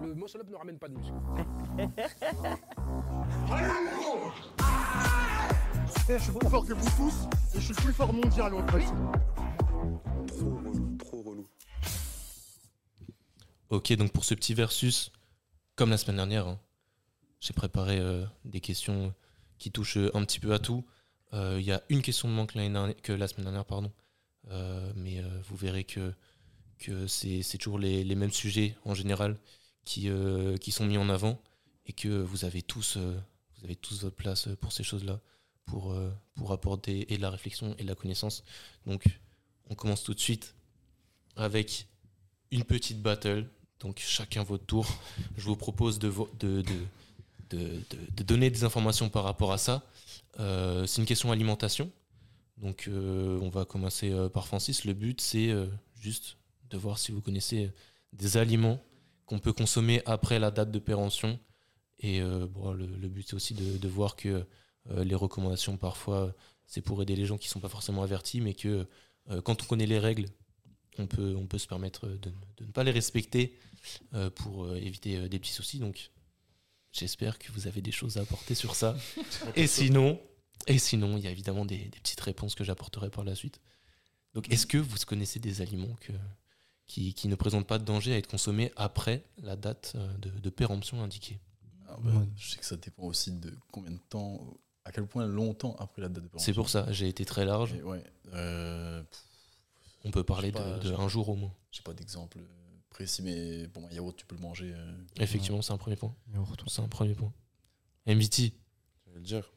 Le muscle-up ne ramène pas de muscle. Je suis plus fort que vous tous et je suis le plus fort mondial en fait. Trop relou, trop relou. Ok, donc pour ce petit versus, comme la semaine dernière, hein, j'ai préparé euh, des questions qui touchent euh, un petit peu à tout. Euh, Il y a une question de moins que, l'année dernière- que la semaine dernière, pardon. Euh, mais euh, vous verrez que, que c'est c'est toujours les, les mêmes sujets en général qui, euh, qui sont mis en avant et que vous avez tous, euh, vous avez tous votre place euh, pour ces choses-là, pour, euh, pour apporter et de la réflexion et de la connaissance. Donc on commence tout de suite avec une petite battle. Donc chacun votre tour. Je vous propose de, vo- de, de, de- de- de donner des informations par rapport à ça. Euh, c'est une question alimentation. Donc euh, on va commencer euh, par Francis. Le but c'est euh, juste de voir si vous connaissez euh, des aliments qu'on peut consommer après la date de péremption. Et euh, bon, le, le but c'est aussi de, de voir que euh, les recommandations parfois c'est pour aider les gens qui ne sont pas forcément avertis, mais que euh, quand on connaît les règles, on peut, on peut se permettre euh, de, ne- de ne pas les respecter euh, pour euh, éviter euh, des petits soucis. Donc, j'espère que vous avez des choses à apporter sur ça. et sinon, et sinon, il y a évidemment des, des petites réponses que j'apporterai par la suite. Donc, est-ce que vous connaissez des aliments que- qui, qui ne présentent pas de danger à être consommés après la date euh, de, de péremption indiquée Alors, bah, Ouais. Je sais que ça dépend aussi de combien de temps, à quel point longtemps après la date de péremption. C'est pour ça, j'ai été très large. Et ouais, euh, pff, On peut parler Je sais pas, de, de je- un jour au moins. j'ai pas d'exemple précis, mais bon, un yaourt, tu peux le manger. euh, Effectivement, c'est un premier point. Et on retourne. C'est un premier point. MVT, Je vais le dire.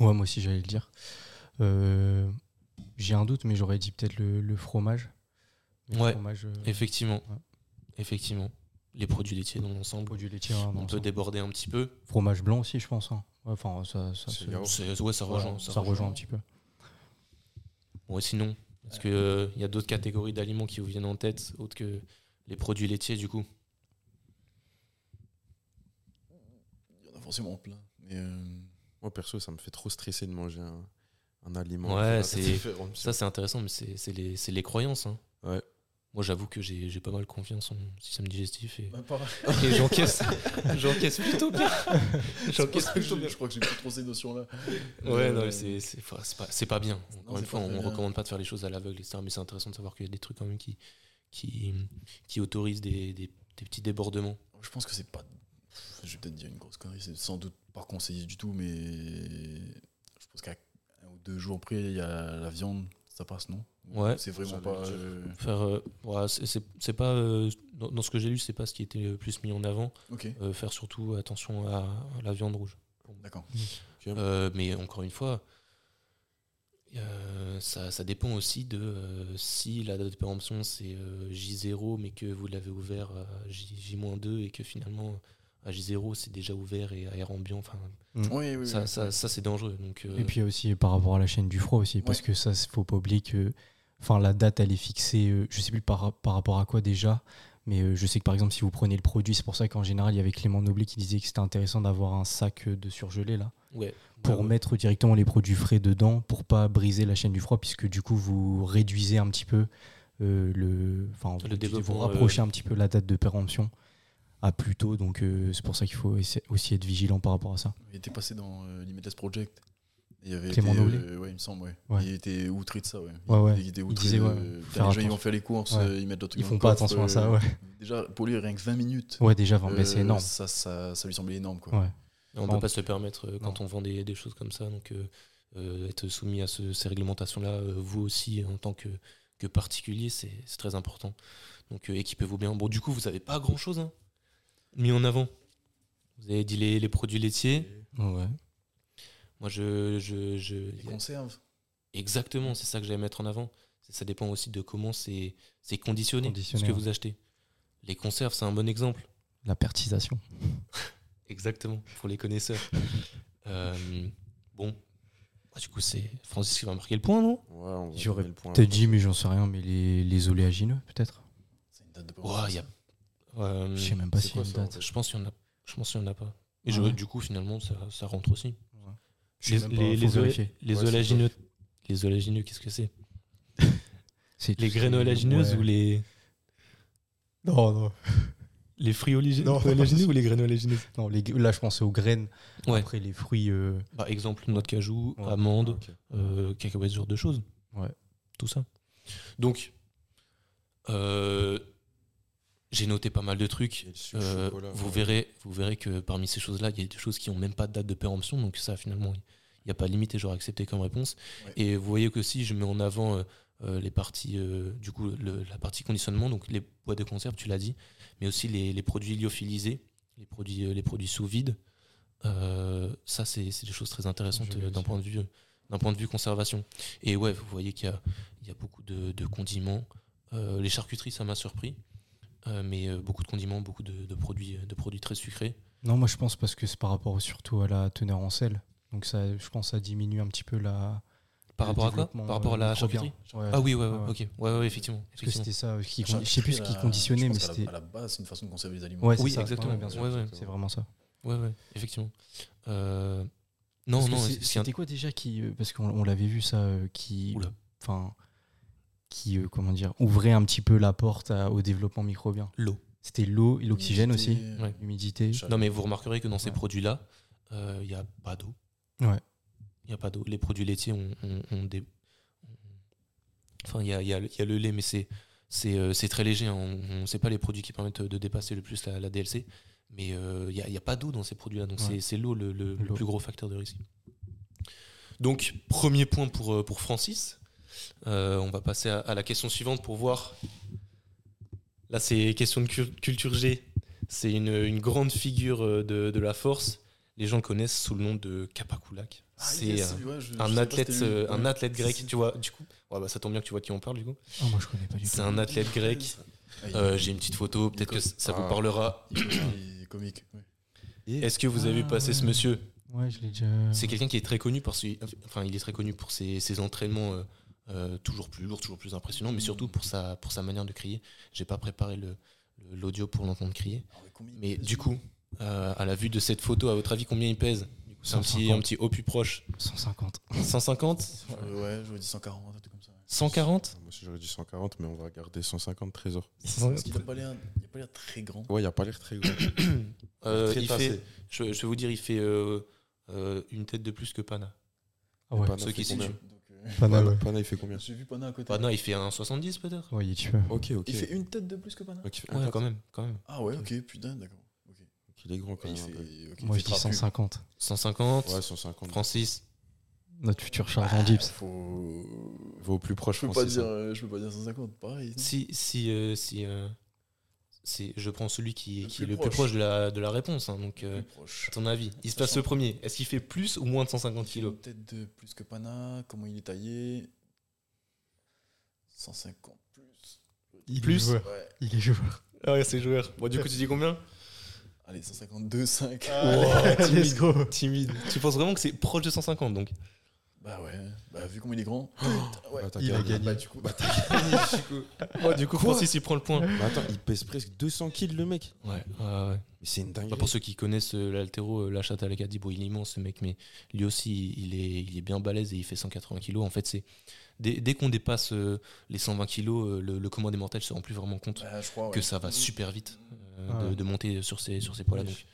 Ouais, moi aussi, j'allais le dire. Euh, J'ai un doute, mais j'aurais dit peut-être le, le fromage. Mais Ouais. Le fromage, euh, effectivement. Ouais. Effectivement. Les produits laitiers dans l'ensemble. produit laitier. hein, dans On le peut sens. déborder un petit peu. Fromage blanc aussi, je pense. hein. Ouais, Enfin, ça, ça, C'est se- yaourt. C'est- Ouais, ça rejoint. ouais, ça ça rejoint. rejoint un petit peu. Bon, et sinon, est-ce qu'il y a d'autres catégories d'aliments qui vous viennent en tête, autres que les produits laitiers, du coup Il y en a forcément plein. Mais euh, Moi, perso, ça me fait trop stresser de manger un, un aliment. Ouais, à Ah, euh, c'est- différents- Ça, c'est intéressant, mais c'est c'est les, c'est les croyances. hein. Ouais. Moi, j'avoue que j'ai j'ai pas mal confiance en mon système digestif et, bah, pareil. et j'encaisse j'encaisse plutôt bien. J'encaisse je, plutôt bien. je crois que j'ai plus trop ces notions-là. Ouais, Euh, non, mais c'est c'est- enfin, c'est pas, c'est pas bien. Encore Non, une c'est fois, pas très on bien. recommande pas de faire les choses à l'aveugle, etc. Mais c'est intéressant de savoir qu'il y a des trucs quand même qui, qui, qui autorisent des- des- des petits débordements. Je pense que c'est pas. Pff, Je vais peut-être dire une grosse connerie, c'est sans doute pas conseillé du tout, mais je pense qu'à un ou deux jours près, il y a la viande, ça passe, non Ouais. C'est vraiment J'allais pas. le dire. euh, faire euh, voilà, c'est- c'est c'est pas euh, dans, dans ce que j'ai lu c'est pas ce qui était le plus mis en avant Ok, Euh, faire surtout attention à, à la viande rouge d'accord. Euh, mais encore une fois euh, ça, ça dépend aussi de euh, si la date de péremption c'est euh, J0 mais que vous l'avez ouvert à J- J-2 et que finalement à J0 c'est déjà ouvert et à air ambiant enfin Oui, oui, oui. ça, ça, ça, c'est dangereux donc euh, Et puis aussi par rapport à la chaîne du froid aussi, parce Ouais. que ça, c'est- faut pas oublier que enfin, la date, elle est fixée, euh, je sais plus par, par rapport à quoi déjà, mais euh, je sais que par exemple, si vous prenez le produit, c'est pour ça qu'en général, il y avait Clément Noblet qui disait que c'était intéressant d'avoir un sac euh, de surgelé là, ouais Euh, pour Ouais, ouais. mettre directement les produits frais dedans, pour pas briser la chaîne du froid, puisque du coup, vous réduisez un petit peu euh, le. Enfin, vous- vous développement, rapprochez un petit peu la date de péremption à plus tôt, donc euh, c'est pour ça qu'il faut essa- aussi être vigilant par rapport à ça. Il était passé dans euh, Limitless Project. Il y avait Clément été, Noblet euh, ouais, il me semble, ouais. Ouais. Il était outré de ça, ouais. Ouais, ouais. Il était outré disait, de- ouais, euh, faut putain, les gens, ils faire attention. vont faire les courses, Ouais. euh, ils mettent le truc Ils dans font le pas coffre, attention à ça, euh, ouais. Déjà, pour lui, rien que 20 minutes. Ouais, déjà 20, mais c'est euh, énorme. Ça, ça, ça lui semblait énorme, quoi. Ouais. On ne Non. peut pas se le permettre euh, quand on vend des, des choses comme ça. Donc, euh, euh, être soumis à ce- ces réglementations-là, euh, vous aussi, en tant que, que particulier, c'est c'est très important. Donc, euh, équipez-vous bien. Bon, du coup, vous n'avez pas grand-chose hein, mis en avant. Vous avez dit les, les produits laitiers. Ouais. Moi, je. je, je- Les conserves. Exactement, c'est ça que j'allais mettre en avant. C'est- Ça dépend aussi de comment c'est c'est conditionné, Conditionné, ce que ouais. vous achetez. Les conserves, c'est un bon exemple. La pertisation. Exactement, pour les connaisseurs. Euh, bon, Bah, du coup, c'est Francis qui va marquer le point, non Ouais, on va J'aurais donner le point. T'as dit, mais j'en sais rien, mais les, les oléagineux, peut-être C'est une date de Ouais, péremption, y a- ça. Euh, Je sais même pas c'est s'il y quoi a une ça, en date. fait Je pense qu'il n'y en, a- je pense qu'il y en a pas. Et Ah je- ouais. du coup, finalement, ça, ça rentre aussi. Je sais même pas, faut les, vérifier. les Ouais, c'est oléagineux, les oléagineux, qu'est-ce que c'est C'est tout Les ce qui- graines oléagineuses ouais. ou les Non, non. Les fruits Non. oléagineux ou les graines oléagineuses non les- là, je pensais aux graines. Ouais. Après, les fruits. euh, Par exemple, noix de cajou, Ouais. amandes, euh, cacahuètes, ce genre de choses. Ouais. Tout ça. Donc, euh, j'ai noté pas mal de trucs. Et le sucre Euh, chocolat, vous, ouais. verrez, vous verrez que parmi ces choses-là, il y a des choses qui n'ont même pas de date de péremption. Donc, ça, finalement, il n'y a pas de limite et j'aurais accepté comme réponse. Ouais. Et vous voyez que si je mets en avant euh, euh, les parties, euh, du coup, le- la partie conditionnement, donc les boîtes de conserve, tu l'as dit, mais aussi les, les produits lyophilisés, les produits, euh, les produits sous vide. Euh, ça, c'est c'est des choses très intéressantes Je vais euh, d'un aussi. point, de vue- d'un point de vue conservation. Et ouais, vous voyez qu'il y a, il y a beaucoup de, de condiments. Euh, les charcuteries, ça m'a surpris. Euh, mais euh, beaucoup de condiments, beaucoup de, de produits, de produits très sucrés. Non, moi, je pense parce que c'est par rapport surtout à la teneur en sel. Donc, ça, je pense que ça diminue un petit peu la. Par le rapport à quoi développement, Par rapport à euh, la microbien. charcuterie Ouais. Ah oui, ouais, ouais, Ouais. ok. Ouais, ouais, effectivement. Parce que effectivement. c'était ça, euh, qui, Enfin, je sais plus ce la- qui conditionnait, je mais pense qu'à la- c'était. À la base, c'est une façon de conserver les aliments. Ouais, Oui, c'est ça. exactement, Ouais, bien sûr. ouais, ouais. C'est vraiment ça. Ouais, ouais, effectivement. Euh, Non, Parce que non, c'est- c'est un- c'était quoi déjà qui euh, parce qu'on on l'avait vu ça euh, qui Oula. enfin qui euh, comment dire ouvrait un petit peu la porte à- au développement microbien. l'eau. C'était l'eau et l'oxygène aussi, C'était- Ouais. l'humidité. Chaleur. Non, mais vous remarquerez que dans ces Ouais. produits-là, euh, il n'y a pas d'eau. Ouais. Il n'y a pas d'eau. Les produits laitiers ont, ont- ont des. Enfin, il y a, il y a le- il y a le lait, mais c'est, c'est, euh, c'est très léger. hein. On ne sait pas les produits qui permettent de dépasser le plus la, la DLC. Mais euh, il n'y a, il y a pas d'eau dans ces produits-là. Donc, Ouais. c'est, c'est l'eau le, le- le L'eau. plus gros facteur de risque. Donc, premier point pour, euh, pour Francis. Euh, on va passer à, à la question suivante pour voir. Là, c'est question de cul- culture G. C'est une, une grande figure euh, de, de la force. Les gens le connaissent sous le nom de Kapakoulak. Ah, c'est yes, euh, ouais, je- je sais un pas athlète, si t'as lu. euh, un Ouais. athlète grec. Si, si. Tu vois, du coup, ouais, bah, ça tombe bien que tu vois de qui on parle du coup. Ah moi je connais pas du tout. C'est un athlète grec. Ah, il- Euh, J'ai une petite photo. Peut-être que ça Ah. vous parlera. il est comique. ouais. Est-ce que vous avez vu Ah, passer ce ouais. monsieur Ouais, je l'ai déjà C'est quelqu'un qui est très connu parce qu'il enfin, il est très connu pour ses, ses entraînements euh, euh, toujours plus lourds, toujours plus impressionnants, mais surtout pour sa, pour sa manière de crier. J'ai pas préparé le- le- l'audio pour l'entendre crier. Ah, mais combien il Mais pèse, du coup, euh, à la vue de cette photo, à votre avis, combien il pèse Du coup, C'est un petit, 150. un petit haut plus proche. 150. 150 lui Euh, Ouais, j'aurais dit 140, un truc comme ça. 140 Moi aussi, j'aurais dit 140, mais on va garder 150 trésors. Parce qu'il a pas l'air il a pas l'air très grand. Ouais, il a pas l'air très grand. Euh, Très il tassé. fait, je, je vais vous dire, il fait euh, euh, une tête de plus que Pana. Ah ouais. Pana Ceux fait qui combien situent. Donc, euh, Pana, Pana, ouais. Pana, il fait combien J'ai vu Pana à côté. Pana, il fait un 70 peut-être Ouais, Oh, il est tueur. Ok, ok. Il fait une tête de plus que Pana Ok, il fait un Ouais, quatre. quand même, quand même. Ah ouais, ok, putain, d'accord. Ok. Il est grand quand Il même. un peu. fait- ok, Moi il je fait dis trapu. 150. 150, Ouais, 150. Francis, Notre futur Charles Gibbs. Faut... Va au plus proche, Je peux pas Francis. hein. dire, euh, je peux pas dire 150, pareil. non si, si, euh, si, euh, si- je prends celui qui, Le qui plus est le plus proche. proche de la, de la réponse, hein, donc euh, Plus proche. à ton avis, il se passe le premier, est-ce qu'il fait plus ou moins de 150 Il a kilos une tête de plus que Pana, comment il est taillé 150 plus. Il est Plus joueur. Ouais. Il est joueur. Ah ouais, c'est joueur. Bon, du coup, tu dis combien Allez, 152, 5. Ah, Let's go. Timide. Tu penses vraiment que c'est proche de 150 donc Bah ouais, bah vu comment il est grand. putain, ouais. Bah, t'as Il a gagné. gagné. Bah, du coup, bah, t'as- Moi du coup Quoi Francis il prend le point. Ouais, Mais Bah, attends, il pèse presque 200 kills le mec. ouais, Mais c'est une dinguerie. Bah, pour ceux qui connaissent euh, l'altéro, euh, la chatte à la Cadie, bon, il est immense ce mec, mais lui aussi il est, il est bien balèze et il fait 180 kilos. En fait, c'est dès, dès qu'on dépasse euh, les 120 kilos, euh, le, le commun des mortels se rend plus vraiment compte bah, je crois. que ouais. ça va super vite euh, Ah de- ouais. de, monter sur ces, sur ces poids-là. Oui. Donc,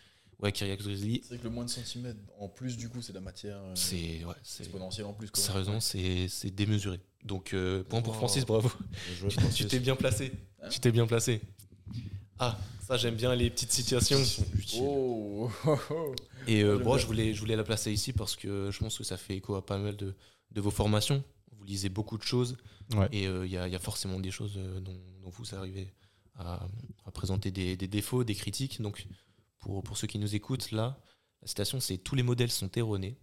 ouais, Kyriax Grizzly, C'est vrai que le moins de centimètres, en plus, du coup, c'est de la matière euh, c'est. Ouais, c'est- exponentielle en plus. Quoi. Sérieusement, c'est c'est démesuré. Donc, euh, point pour Wow. Francis, bravo. Bien joué, Francis. Tu t'es bien placé. Hein Tu t'es bien placé. Ah, ça j'aime bien les petites situations. Ils sont utiles. Oh, oh, oh. Et euh, J'aime moi bien. je voulais, je voulais la placer ici parce que je pense que ça fait écho à pas mal de, de vos formations. Vous lisez beaucoup de choses Ouais. et euh, il y, a- il y a forcément des choses euh, dont, dont vous arrivez à, à présenter des, des défauts, des critiques. Donc pour, pour ceux qui nous écoutent, là, la citation c'est tous les modèles sont erronés,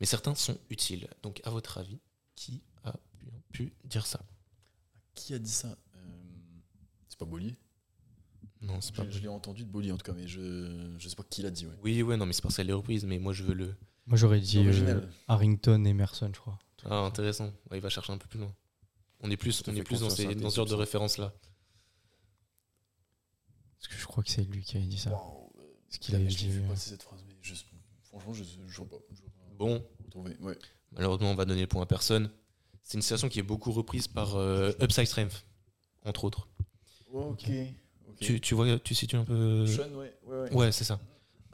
mais certains sont utiles. Donc à votre avis, qui a pu, pu dire ça Qui a dit ça Euh, C'est pas Bolly Non, c'est pas Je, je l'ai entendu de Bolly en tout cas, mais je, je sais pas qui l'a dit. Ouais. Oui, ouais, non, mais c'est parce qu'elle est reprise, mais moi je veux le. Moi j'aurais dit Original. euh, Harrington Emerson, je crois. Ah, intéressant. Ouais, il va chercher un peu plus loin. On est plus, Je te on est fais plus dans, confiance, ces, hein, t'es dans ce genre de comme ça. référence là. Parce que je crois que c'est lui qui avait dit ça. Waouh, euh, Ce qu'il avait je l'ai dit, vu euh. passer cette phrase, mais je- franchement, je je vois pas. Je vois pas Bon, retrouver. Ouais. malheureusement, on va donner le point à personne. C'est une citation qui est beaucoup reprise par euh, Upside Strength, entre autres. Ok. Ok. Tu, tu vois, tu situes un peu. euh, Sean, ouais, ouais, ouais. Ouais, c'est ça.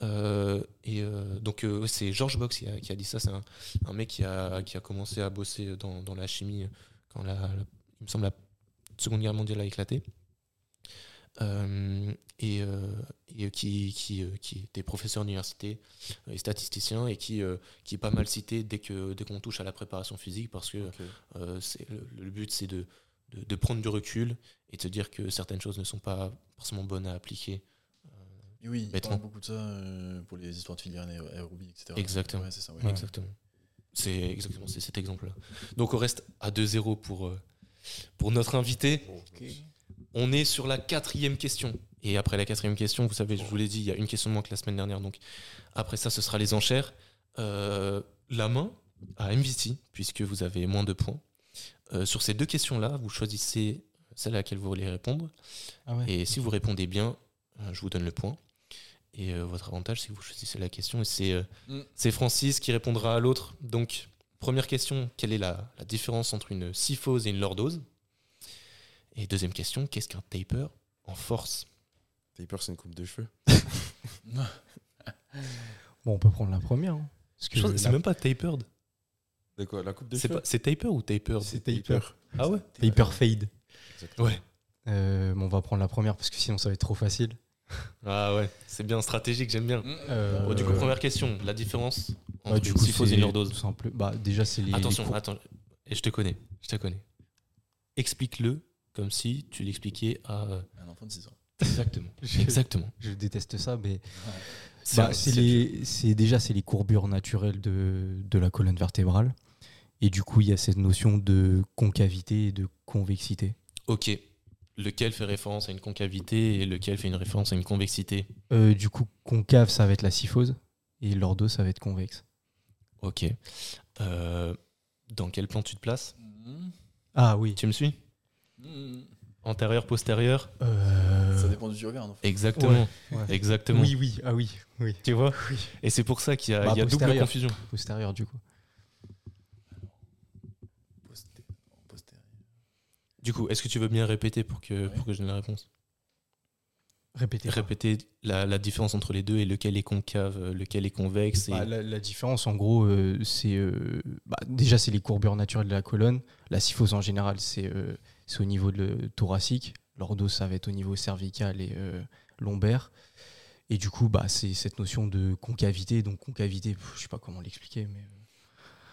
Euh, et euh, donc, euh, ouais, c'est George Box qui a, qui a dit ça. C'est un, un mec qui a, qui a commencé à bosser dans, dans la chimie quand la, la- il me semble la Seconde Guerre mondiale a éclaté. Euh, et euh, et qui, qui, euh, qui était professeur d'université et statisticien et qui, euh, qui est pas mal cité dès que dès qu'on touche à la préparation physique parce que euh, c'est- le, le but c'est de, de, de prendre du recul et de se dire que certaines choses ne sont pas forcément bonnes à appliquer Et oui, il Bêtement. parle beaucoup de ça euh, pour les histoires de filières aé- aérobie, etc. Exactement. Ouais, c'est ça, ouais. Ouais. Exactement. C'est exactement c'est cet exemple-là. Donc on reste à 2-0 pour, euh, pour notre invité. On est sur la quatrième question. Et après la quatrième question, vous savez, je vous l'ai dit, il y a une question de moins que la semaine dernière. Donc après ça, ce sera les enchères. Euh, la main à MVT, puisque vous avez moins de points. Euh, sur ces deux questions-là, vous choisissez celle à laquelle vous voulez répondre. Ah ouais. Et si vous répondez bien, euh, je vous donne le point. Et euh, votre avantage, c'est que vous choisissez la question. Et c'est euh, Mm. c'est Francis qui répondra à l'autre. Donc, première question, quelle est la, la différence entre une syphose et une lordose Et deuxième question, qu'est-ce qu'un taper en force T'as eu peur, c'est une coupe de cheveux. Bon, on peut prendre la première. hein. Parce que la- même pas tapered. De quoi La coupe de C'est cheveux pas- c'est taper ou tapered C'est taper. Ah ouais C'est hyper fade. Exactement. Ouais. Euh, bon, on va prendre la première parce que sinon ça va être trop facile. Ah ouais, c'est bien stratégique, j'aime bien. Euh, Bon, du coup, euh, première question, la différence bah, entre du une coup, syphose et c'est une tout lordose. simple. Bah, déjà, c'est les. les Attention, ah, courbes. attends. Et je te connais, je te connais. Explique-le comme si tu l'expliquais à... Un enfant de 6 ans. Exactement. Je- Exactement. Je déteste ça, mais C'est Bah, un- c'est c'est- les- c'est déjà c'est les courbures naturelles de, de la colonne vertébrale. Et du coup, il y a cette notion de concavité et de convexité. Ok. Lequel fait référence à une concavité et lequel fait une référence à une convexité Euh, du coup, concave, ça va être la syphose. Et l'ordo, ça va être convexe. Ok. Euh, dans quel plan tu te places Mm-hmm. Ah oui. Tu me suis Antérieur, postérieur Euh. Ça dépend du regard, en fait. Exactement. Ouais. Exactement. Oui, oui, ah oui, oui. Tu vois Et c'est pour ça qu'il y a, Bah, il y a double postérieur. confusion. Postérieur, du coup. Posté- en posté- Du coup, est-ce que tu veux bien répéter pour que, Ouais. pour que je donne la réponse Répétez. Répéter la, la différence entre les deux et lequel est concave, euh, lequel est convexe. Et... Bah, la, la différence, en gros, euh, c'est euh, bah, déjà c'est les courbures naturelles de la colonne. La syphose en général, c'est euh, c'est au niveau de le thoracique. L'ordo, ça va être au niveau cervical et euh, lombaire. Et du coup, bah, c'est cette notion de concavité. Donc concavité, pff, je sais pas comment l'expliquer, mais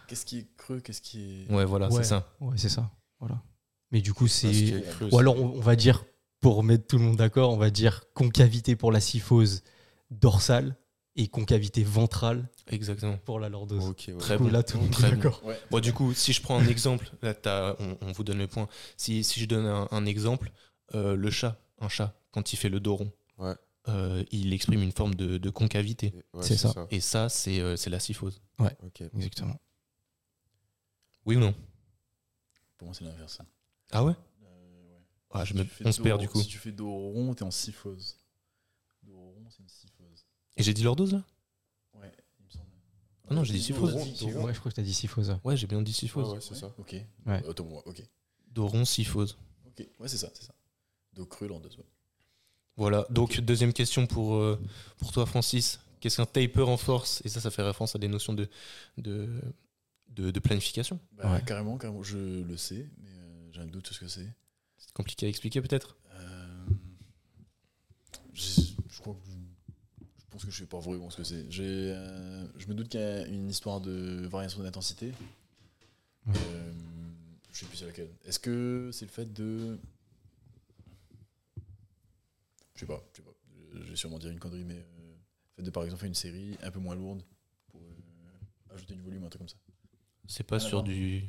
Qu'est-ce qui est creux Qu'est-ce qui est. Ouais, voilà, Ouais. c'est ça. euh, ouais, c'est ça. Voilà. Mais du coup, Ah, ce qui c'est est creux, ou alors on, on va dire pour mettre tout le monde d'accord, on va dire concavité pour la syphose dorsale et concavité ventrale Exactement. pour la lordose. Ok, ouais. Très Du coup, bon. là, tout le monde est Très bon. d'accord. Ouais. Bon, du coup, si je prends un exemple, là, t'as- on, on vous donne le point. Si, si je donne un, un exemple, euh, le chat, un chat, quand il fait le dos rond, Ouais. euh, il exprime une forme de, de concavité. Ouais, C'est ça. Et ça, c'est euh, c'est la syphose. Ok. Exactement. Oui ou non Pour moi, c'est l'inverse. hein. Ah ouais, Euh, ouais. ah, je Si me- tu fais On se dos perd rond- du coup. Si tu fais dos rond, t'es en syphose. Dos rond, c'est une syphose. Et j'ai dit lordose là Ouais, il me semble. Ah non, j'ai dit Dos syphose. rond, dos rond. Ah Ouais, je crois que t'as dit syphose. Ouais, j'ai bien dit syphose. Ouais, ouais, c'est ça. Ok. Ouais. Euh, Dos rond, ok. Dos rond, syphose. Ok, ouais, c'est ça, c'est ça. Dos creux, l'an deux. ouais. Voilà, donc deuxième question pour, euh, pour toi, Francis. Qu'est-ce qu'un taper en force Et ça, ça fait référence à des notions de, de, de, de planification. Bah, Ouais. Carrément, carrément, je le sais, mais euh, j'ai un doute sur ce que c'est. C'est compliqué à expliquer peut-être Euh, j'ai- je crois que je, je pense que je sais pas vraiment ce que c'est. J'ai, euh, je me doute qu'il y a une histoire de variation d'intensité. Ouais. Euh, je sais plus c'est laquelle. Est-ce que c'est le fait de. Je sais pas, je sais pas. Je vais sûrement dire une connerie, mais euh, le fait de par exemple faire une série un peu moins lourde pour euh, ajouter du volume, un truc comme ça. C'est pas Ah, sur d'accord. du.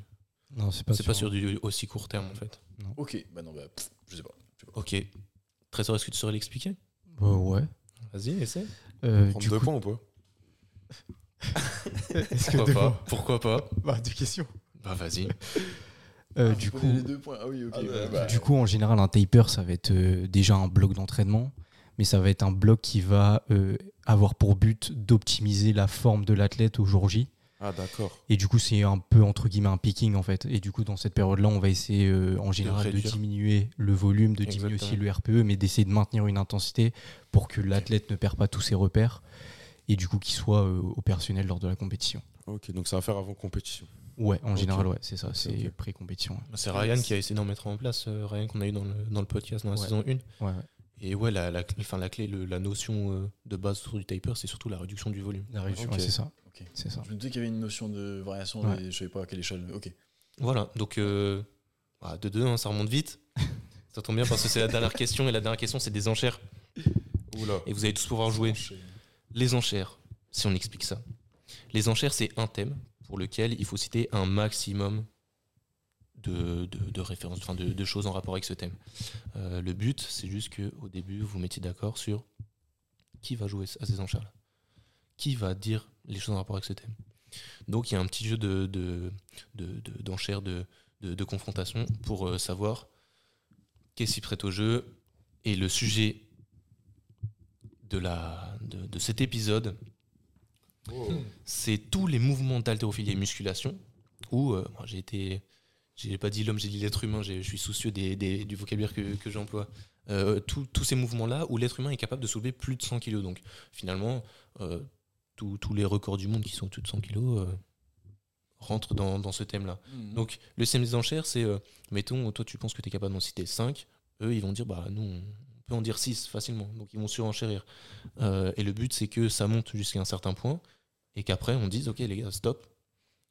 Non, c'est pas C'est pas sur du aussi court terme en fait. Ok, bah non, bah, pff, je sais pas. Ok. Trésor, est-ce que tu saurais l'expliquer Euh, ouais. Vas-y, essaie. Euh, Prendre du deux coup, points ou pas est-ce que Pourquoi deux pas fois Pourquoi pas Bah, deux questions. Bah vas-y. Euh, Ah, du vous coup, prenez les deux points. Ah oui, ok. Ah, bah, bah, bah, du coup, en général, un taper, ça va être euh, déjà un bloc d'entraînement, mais ça va être un bloc qui va euh, avoir pour but d'optimiser la forme de l'athlète au jour J. Ah, d'accord. Et du coup, c'est un peu entre guillemets un picking en fait. Et du coup, dans cette période-là, on va essayer euh, en général de, réduire. diminuer le volume, de diminuer aussi Exactement. le RPE, mais d'essayer de maintenir une intensité pour que l'athlète ne perd pas tous ses repères et du coup qu'il soit euh, opérationnel lors de la compétition. Ok, donc c'est à faire avant compétition. Ouais, en Ok. général, ouais, c'est ça, Ok, c'est ok. pré-compétition. ouais. C'est Ryan qui a essayé d'en mettre en place, euh, Ryan qu'on a eu dans le, dans le podcast dans la Ouais. saison 1. Ouais, ouais. Et ouais, la, la, enfin, la clé, le- la notion euh, de base autour du taper, c'est surtout la réduction du volume. La réduction, Ok. ouais, c'est ça. Ok. C'est ça. Je me disais qu'il y avait une notion de variation, Ouais. mais je savais pas à quelle échelle. Ok. Voilà, donc euh, bah, de deux, hein, ça remonte vite. Ça tombe bien parce que c'est la dernière question, et la dernière question, c'est des enchères. Oula. Et vous allez tous pouvoir jouer. Les enchères, si on explique ça. Les enchères, c'est un thème pour lequel il faut citer un maximum de, de, de références, enfin de, de choses en rapport avec ce thème. Euh, le but, c'est juste qu'au début, vous vous mettiez d'accord sur qui va jouer à ces enchères-là. Qui va dire les choses en rapport avec ce thème. Donc, il y a un petit jeu de, de, de- de- d'enchères, de, de- de confrontation pour euh, savoir qu'est-ce qui prête au jeu et le sujet de, la, de, de cet épisode, c'est tous les mouvements d'haltérophilie et musculation, où euh, moi j'ai été, j'ai pas dit l'homme, j'ai dit l'être humain, j'ai- je suis soucieux des, des- du vocabulaire que, que j'emploie. Euh, tous- tous ces mouvements-là où l'être humain est capable de soulever plus de 100 kilos. Donc finalement, euh, tous- tous les records du monde qui sont au-dessus de 100 kilos euh, rentrent dans, dans ce thème-là. Donc le système des enchères, c'est, euh, mettons, toi tu penses que tu es capable d'en citer 5, eux ils vont dire, bah nous on peut en dire 6 facilement, donc ils vont surenchérir. Euh, et le but c'est que ça monte jusqu'à un certain point, et qu'après on dise, ok les gars, stop,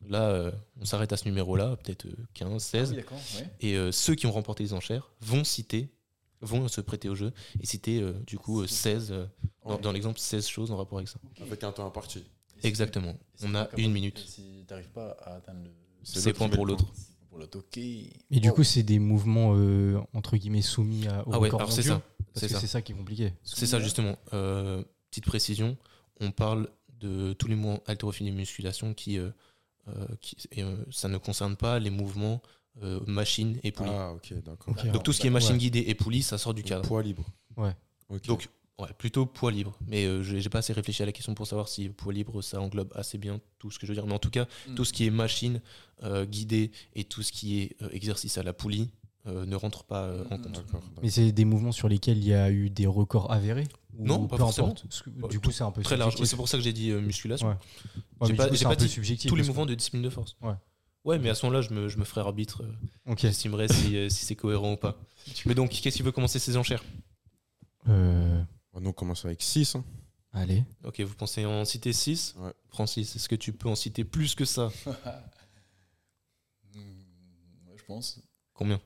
là euh, on s'arrête à ce numéro-là, peut-être euh, 15, 16, d'accord. Ouais. et euh, ceux qui ont remporté les enchères vont citer, vont se prêter au jeu, et citer euh, du coup euh, 16, euh, dans, dans l'exemple 16 choses en rapport avec ça. Avec un temps imparti. Et si- Exactement, et si on t'es a pas capable- une et minute, Si t'arrives pas à atteindre le. c'est point qui met pour le l'autre. c'est Pour le Et du coup, c'est des mouvements euh, entre guillemets soumis à, au Ah ouais, record alors c'est mondial, ça, parce c'est que ça. c'est ça qui est compliqué. C'est ça, justement. Euh, petite précision, on parle de tous les mouvements haltérophilie et musculation qui, euh, euh, qui- et, euh, ça ne concerne pas les mouvements euh, machine et poulie. Ah, ok, d'accord. Ok. Donc tout ce qui est machine guidée et poulie, ça sort du cadre. Poids libre. Ouais. Ok. Donc ouais, plutôt poids libre. Mais euh, j'ai j'ai pas assez réfléchi à la question pour savoir si poids libre ça englobe assez bien tout ce que je veux dire. Mais en tout cas, Mm. tout ce qui est machine euh, guidée et tout ce qui est euh, exercice à la poulie euh, ne rentre pas euh, en Mm. compte. D'accord. Mais c'est des mouvements sur lesquels il y a eu des records avérés ou Non, pas peu forcément. importe. Parce que, Bah, Du coup, c'est un peu Très large. subjectif. C'est pour ça que j'ai dit euh, musculation. Ouais. Ouais, J'ai mais pas- du coup, j'ai c'est pas un peu dit subjectif. tous les parce que- mouvements de discipline de force. Ouais. Ouais, mais à ce moment-là, je me, je me ferai arbitre. euh, Ok. J'estimerai si, euh, si c'est cohérent ou pas. Mais donc, qu'est-ce qui veut commencer ces enchères Euh, Nous, on commence avec hein. 6. allez. Ok, vous pensez en citer 6 Ouais. Francis, est-ce que tu peux en citer plus que ça Ouais, je pense. Combien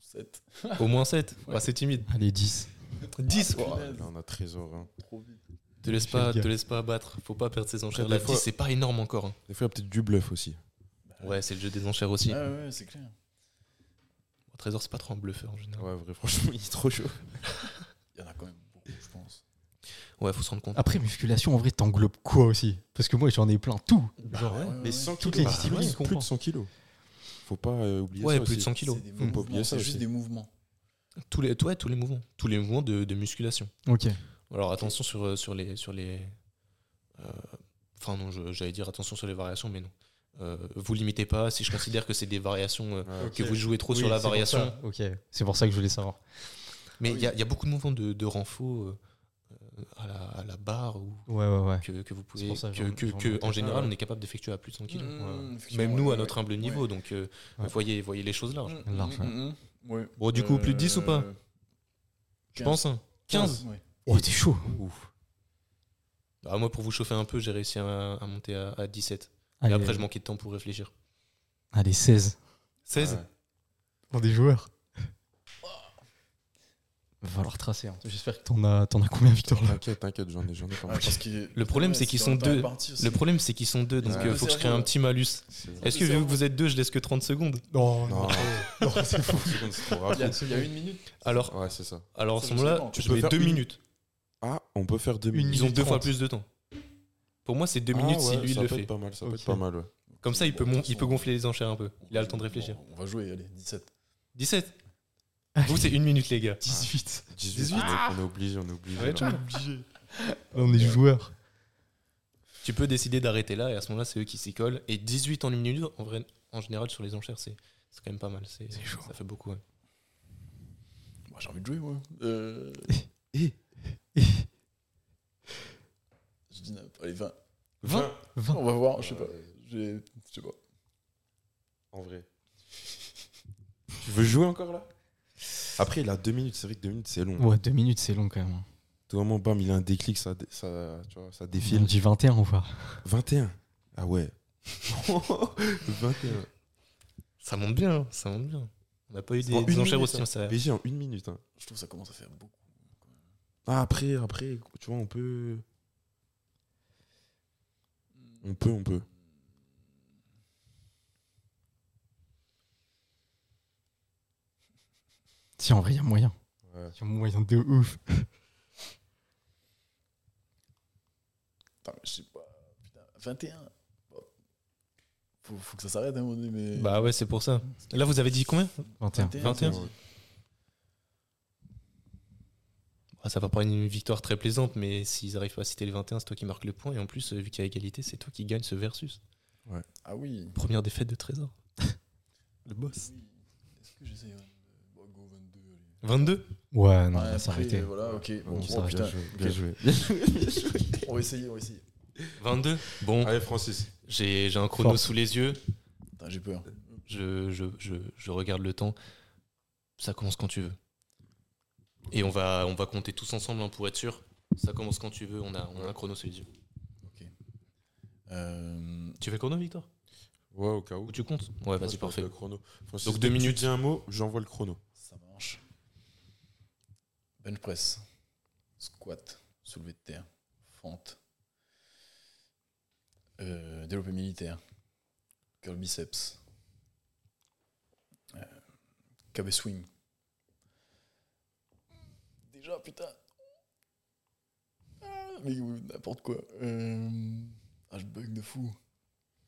7. Au moins 7 Ouais. C'est timide. Allez, 10. 10 Là, on a trésor. hein. Trop vite. te, laisse pas, te laisse pas abattre. Faut pas perdre ces enchères. Des La fois- 10, c'est pas énorme encore. hein. Des fois, il y a peut-être du bluff aussi. Ouais, c'est le jeu des enchères aussi. Ah ouais, ouais, c'est clair. Au Trésor, c'est pas trop un bluffeur en général. Ouais, vrai, franchement, il est trop chaud. Il y en a quand même beaucoup, je pense. Ouais, faut se rendre compte. Après, musculation, en vrai, t'englobes quoi aussi Parce que moi, j'en ai plein. Tout. ouais, ouais, Ah ouais. 100 Toutes les disciplines plus, qu'on plus prend. de 100 kilos. Faut pas euh, oublier Ouais, ça plus de aussi. 100 kilos. C'est des Mm. mouvements, Faut pas oublier ça C'est juste aussi. des mouvements. Tous les, ouais, tous les mouvements. Tous les mouvements de- de musculation. Ok. Alors attention sur, euh, sur les. Sur les euh, enfin, non, je- j'allais dire attention sur les variations, mais non. Euh, vous limitez pas. Si je considère que c'est des variations, euh, Ouais. que vous jouez trop sur la variation. Ok. C'est pour ça que je voulais savoir. Mais il y, a- il y a beaucoup de mouvements de, de renfaux euh, euh, à, la, à la barre ou Ouais, ouais, ouais. que, que vous C'est pouvez. pour ça que que, j'en- que- j'en que, notais. en général, Ah ouais. on est capable d'effectuer à plus de 100 kilos. Mm, effectivement, Même nous, ouais, à notre ouais. humble niveau, Ouais. donc euh, Ouais. voyez, voyez les choses larges. Mm, mm, Large, mm, mm, mm. Ouais. Bon, du coup, plus de 10 ou pas Euh, Je pense. hein. 15 ouais. Oh, t'es chaud. Bah, Moi, pour vous chauffer un peu, j'ai réussi à, à monter à, à 17. Et Allez, après, je manquais de temps pour réfléchir. allez, 16. 16 Ouais. On des joueurs. Va falloir tracer. hein. J'espère que t'en as, t'en as combien, Victor là T'inquiète, t'inquiète, j'en ai, j'en ai pas Ouais, Ah, mal. parce que- Le problème, Ouais, c'est qu'ils dans sont le temps deux. imparti aussi. Euh, Le problème, c'est qu'ils sont deux, donc Ouais. il faut que je crée un petit malus. Est-ce que vu que vous êtes deux, je laisse que 30 secondes Non, Non, non, c'est fou. c'est trop Il y a- rapide. il y a une minute. Alors, Ouais, c'est ça. alors à Ça, ce je sais moment-là, pas. tu Je peux peux faire faire deux une- minutes. Ah, on peut faire 2 minutes. Ils ont deux fois 30. plus de temps. Pour moi, c'est deux Ah minutes si ouais, lui il ça le peut être fait. pas mal, ça peut Ok. être pas mal, ouais. Comme ça, il peut, Bon, mon- de toute il peut façon, gonfler les enchères un peu. Il a le temps de on- réfléchir. On va jouer, allez, 17. 17 Vous, c'est une minute, les gars. 18. 18, on est- on est obligé, on est obligé. Ah, Ouais, là. tu vois. on est joueur. Tu peux décider d'arrêter là et à ce moment-là, c'est eux qui s'y collent. Et 18 en une minute, en, vrai, en général, sur les enchères, c'est c'est quand même pas mal. C'est chaud. Ça fait beaucoup. ouais. Moi, j'ai envie de jouer, moi. Euh, je dis, n'importe- allez, 20. 20 20 On va voir, je sais pas. J'ai- Je sais pas. En vrai. tu veux jouer encore là Après, il a deux minutes. C'est vrai que deux minutes, c'est long. Ouais, deux minutes, c'est long quand même. hein. Tout moment, bam, il a un déclic, ça, dé- ça, tu vois, ça On défile. dit 21 ou pas 21. Ah ouais. 21. Ça monte bien, hein, ça monte bien. On n'a pas eu En des, une des enchères minute, aussi. hein. hein, ça- BG en une minute. hein. Je trouve que ça commence à faire beaucoup. Ah, après, après, tu vois, on peut. On peut, on peut. Si, en vrai, il y a moyen. Ouais. Il y a moyen de ouf. Putain, mais je sais pas. Putain, 21. Bon. Faut, faut que ça s'arrête hein, à un moment donné, mais. Bah ouais, c'est pour ça. Là, vous avez dit combien 21. 21. c'est- Ah, Ça va pas être une victoire très plaisante, mais s'ils arrivent pas à citer les 21, c'est toi qui marques le point. Et en plus, euh, vu qu'il y a égalité, c'est toi qui gagne ce versus. Ah oui. Première défaite de Trésor. Le boss. Oui. Est-ce que j'essaye ouais, de- Bon, go 22. allez. 22 Ouais, non, Ouais, on va après, s'arrêter. Voilà, ok. Bon, on oh, s'arrête. putain, Bien joué, ok. bien joué. On va essayer, on va essayer. 22 Bon, Allez, Francis. j'ai j'ai un chrono Force. sous les yeux. Putain, j'ai peur. Je, je, je, je regarde le temps. Ça commence quand tu veux. Et on va, on va compter tous ensemble hein, pour être sûr. Ça commence quand tu veux. On a, on a un chrono sous les yeux. Euh, Tu fais le chrono, Victor Ouais, au cas où. Ou tu comptes Ouais, Moi, vas-y, je pense bah, parfait. le chrono. Francis, Donc, dès deux que tu minutes. dis un mot, j'envoie le chrono. ça marche. Bench press. Squat. Soulevé de terre. Fente. Euh, développé militaire. Curl biceps. Euh, KB swing. Déjà, putain. Ah, mais oui, n'importe quoi. Euh, ah, je bug de fou.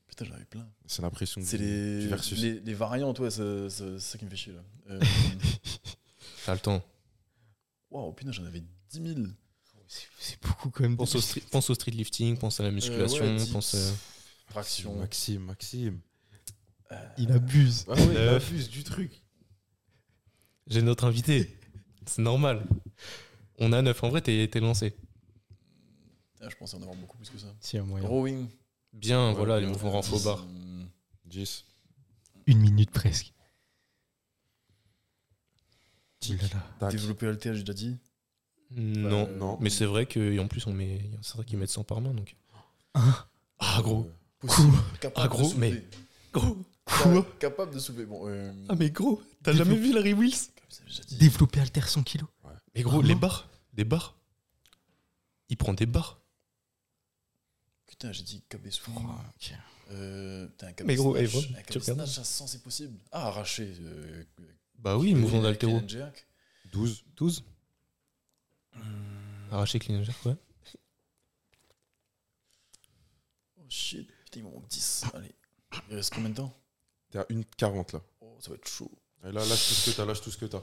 Putain, j'en avais plein. C'est la pression. C'est du- les, du versus. les, les variantes, ouais, ça- ça- c'est ça qui me fait chier là. Euh, T'as le temps. Waouh, putain, j'en avais 10 000. C'est beaucoup quand même. Pense au, street, pense au street lifting, pense à la musculation, Euh, ouais, 10, pense. euh, Traction. Maxime, Maxime. Il abuse. Ah ouais, Neuf. abuse du truc. J'ai notre invité. C'est normal. On a 9. En vrai, t'es t'es lancé. Ah, je pensais en avoir beaucoup plus que ça. Si, il y a moyen. Rowing. Bien, Bah, Ouais, voilà, les bien, mouvements renfaux bar. Euh, 10. Une minute presque. Tic. Oh là là. Tac. Développer l'alter, j'ai déjà dit. Non. Euh, non. Mais c'est vrai qu'en plus, on met... il y en a certains qui mettent 100 par main. Donc... Hein ah, gros. Euh, Possible. Capable Ah, gros, de soulever. Gros. Quoi Capable de soulever. Bon, euh, Ah, mais gros. T'as Développe- jamais vu Larry Wills j'ai déjà dit. Développer Alter 100 kilos. Mais gros, les barres. Des barres. Il prend des barres. Putain, j'ai dit KB swing. ok. Euh, putain, KB Mais gros, snatch. eh, voilà, Un tu KB regardes. snatch à 100, c'est possible. Ah, arraché. Euh, Bah oui, mouvement d'altéro. clean and jerk. 12. 12. Arraché clean and jerk, ouais. Oh shit. Putain, il me manque 10. Allez. Il reste combien de temps T'es à 1,40 là. Oh, ça va être chaud. Et là, lâche tout ce que t'as, lâche tout ce que t'as.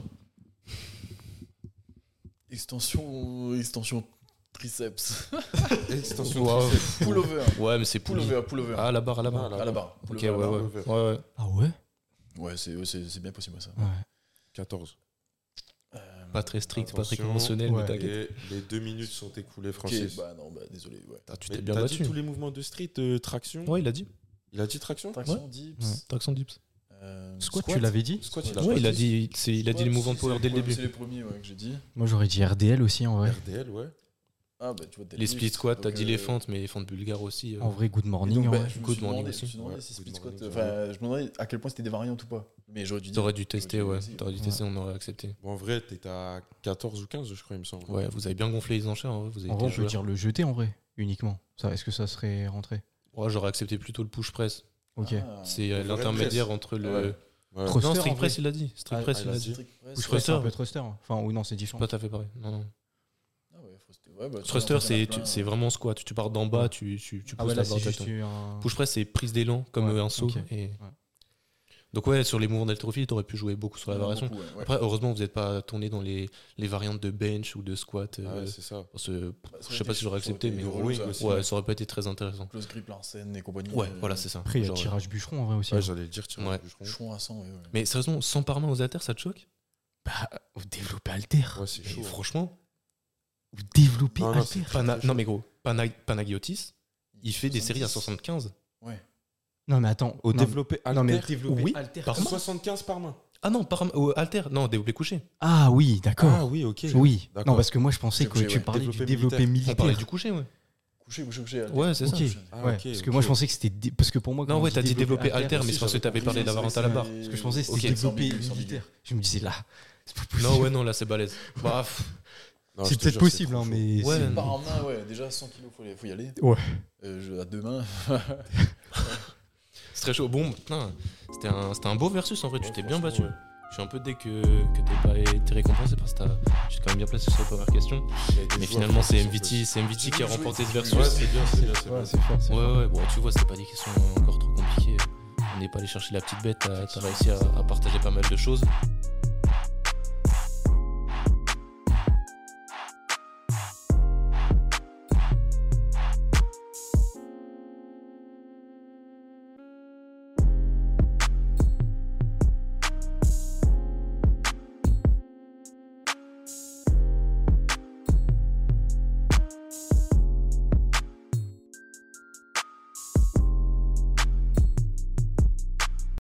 Extension, extension triceps. Extension Wow. pull over. Ouais, mais c'est Pull poulie. over, pull over. Ah, la barre, la Ah, barre. la- à la barre. Ok, Pull ouais, over à la ouais. barre. barre. Ouais, ouais. Ah ouais Ouais, c'est, ouais, c'est, c'est bien possible ça. Ouais. 14. Euh, Pas très strict, pas très Attention. conventionnel, Ouais. mais t'inquiète. Et les deux minutes sont écoulées, ok, Francis. bah non, bah désolé. Ouais. Putain, Ah, Tu Mais t'es bien t'as battu. dit tous les mouvements de street, euh, traction. Ouais, il a dit. Il a dit traction Traction, dips. Ouais. Traction dips. euh, Squat, Squat tu l'avais dit Squat, Ouais, il a Ouais, pas il a dit. dit, c'est- il a dit les squat, mouvements de c'est- power c'est dès le les premiers- début. C'est les premiers ouais, que j'ai dit. Moi j'aurais dit RDL aussi en vrai. RDL, ouais. Ah, bah tu vois, Les split squats, t'as dit les fentes fentes, mais les fentes bulgares aussi. euh. En vrai, good Et morning. donc, en euh, bah, vrai. je me Good suis morning demandé, je me aussi. suis demandé Ouais, si good split squat. morning, Enfin, je me demandais à quel point c'était des variantes ou pas. Mais j'aurais dû dire. T'aurais dû tester, ouais. T'aurais dû Ouais. tester, on aurait accepté. Bon, en vrai, t'es à 14 ou 15, je crois, il me semble. Ouais, vous avez bien gonflé les enchères, en vrai, vous avez En vrai, été je veux joueur. dire le jeter en vrai, uniquement. Ça, Est-ce que ça serait rentré Ouais, j'aurais accepté plutôt le push press. Ok. Ah, C'est euh, Le vrai l'intermédiaire press. entre le. Ouais. Trop- Thruster, Non, en strict vrai. press, il a dit. Strict Ah, press, ah, il il a a dit. strict press. Ou Ouais, c'est thruster. un peu thruster. Enfin, oui, non, c'est C'est différent. Pas tout à fait pareil. Non, non. Ah ouais, thruster. Ouais, bah, Thruster, t'en as c'est plein, tu- c'est ouais. vraiment squat. Tu pars d'en bas, tu, tu, tu Ah pousses ouais, la là, barre c'est de juste ton- un. Push press, c'est prise d'élan, comme Ouais, euh, un saut. ok. Et... Donc ouais, sur les mouvements d'haltérophilie, t'aurais pu jouer beaucoup sur la variation. Beaucoup, ouais, ouais. Après, heureusement, vous n'êtes pas tourné dans les, les variantes de bench ou de squat. Ah euh, ouais, c'est ça. parce que, Bah, ça aurait je été- sais pas si j'aurais ça aurait accepté, été mais relou, oui, ça. aussi. ouais, ça aurait pas été très intéressant. Close grip, Larsen et compagnie. Ouais, euh, voilà, c'est ça. Après, il y a Genre, tirage bûcheron en vrai aussi. Ouais, hein. j'allais le dire, tiens. Ouais. Chouan à 100, ouais, ouais. Mais sérieusement, 100 par main aux haltères, ça te choque Bah, vous développez Alter. Ouais, c'est Mais chaud. Franchement, Vous développez Non, non, Alter. c'est- Pana- chaud. non mais gros, Pana- Panagiotis, il fait des séries à 70. 75. Non, mais attends. Au non, développé non, mais- haltère, mais- oui, Alter. par main. 75 par main. Ah non, par au halter, non, développé couché. Ah oui, Ah d'accord. oui, ok. oui. D'accord. Non, parce que moi, je pensais J'ai que couché, tu ouais. parlais du Développé développé On militaire. parlait du couché, ouais. Couché, couché, couché. allez. Ouais, c'est Ok. ça. Ah, Ouais, parce que moi, je pensais que c'était. dé- Parce que pour moi. quand Non, on ouais, dit t'as dit développé halter, mais aussi, c'est parce que j'avais t'avais compris, parlé c'est d'avant à ça, la ouais. barre. Parce que je euh, pensais que c'était Ok. développé Sans bidule, militaire. Je me disais là. C'est pas possible. Non, ouais, non, là c'est balèze. Bah, pff, Non, je C'est te peut-être jure, c'est possible, trop hein, chaud. mais. Ouais, c'est- non. Par main, ouais, déjà 100 kilos, faut, y- faut y aller. Ouais. Euh, je- à deux mains. c'est très chaud. Bon, putain, c'était un, c'était un beau versus en vrai, tu Ouais, t'es bien battu. franchement, Je suis un peu dé que, que t'aies pas été récompensé parce que t'as- j'ai quand même bien placé sur les premières questions. Il a été Mais joué à finalement, c'est fond, MVT, c'est MVT qui a remporté ce versus. Ouais, c'est bien, c'est bien, c'est bien. fort. c'est Ouais, fort. ouais, bon, tu vois, c'était pas des questions encore trop compliquées. On n'est pas allé chercher la petite bête, t'as t'as réussi à, à partager pas mal de choses.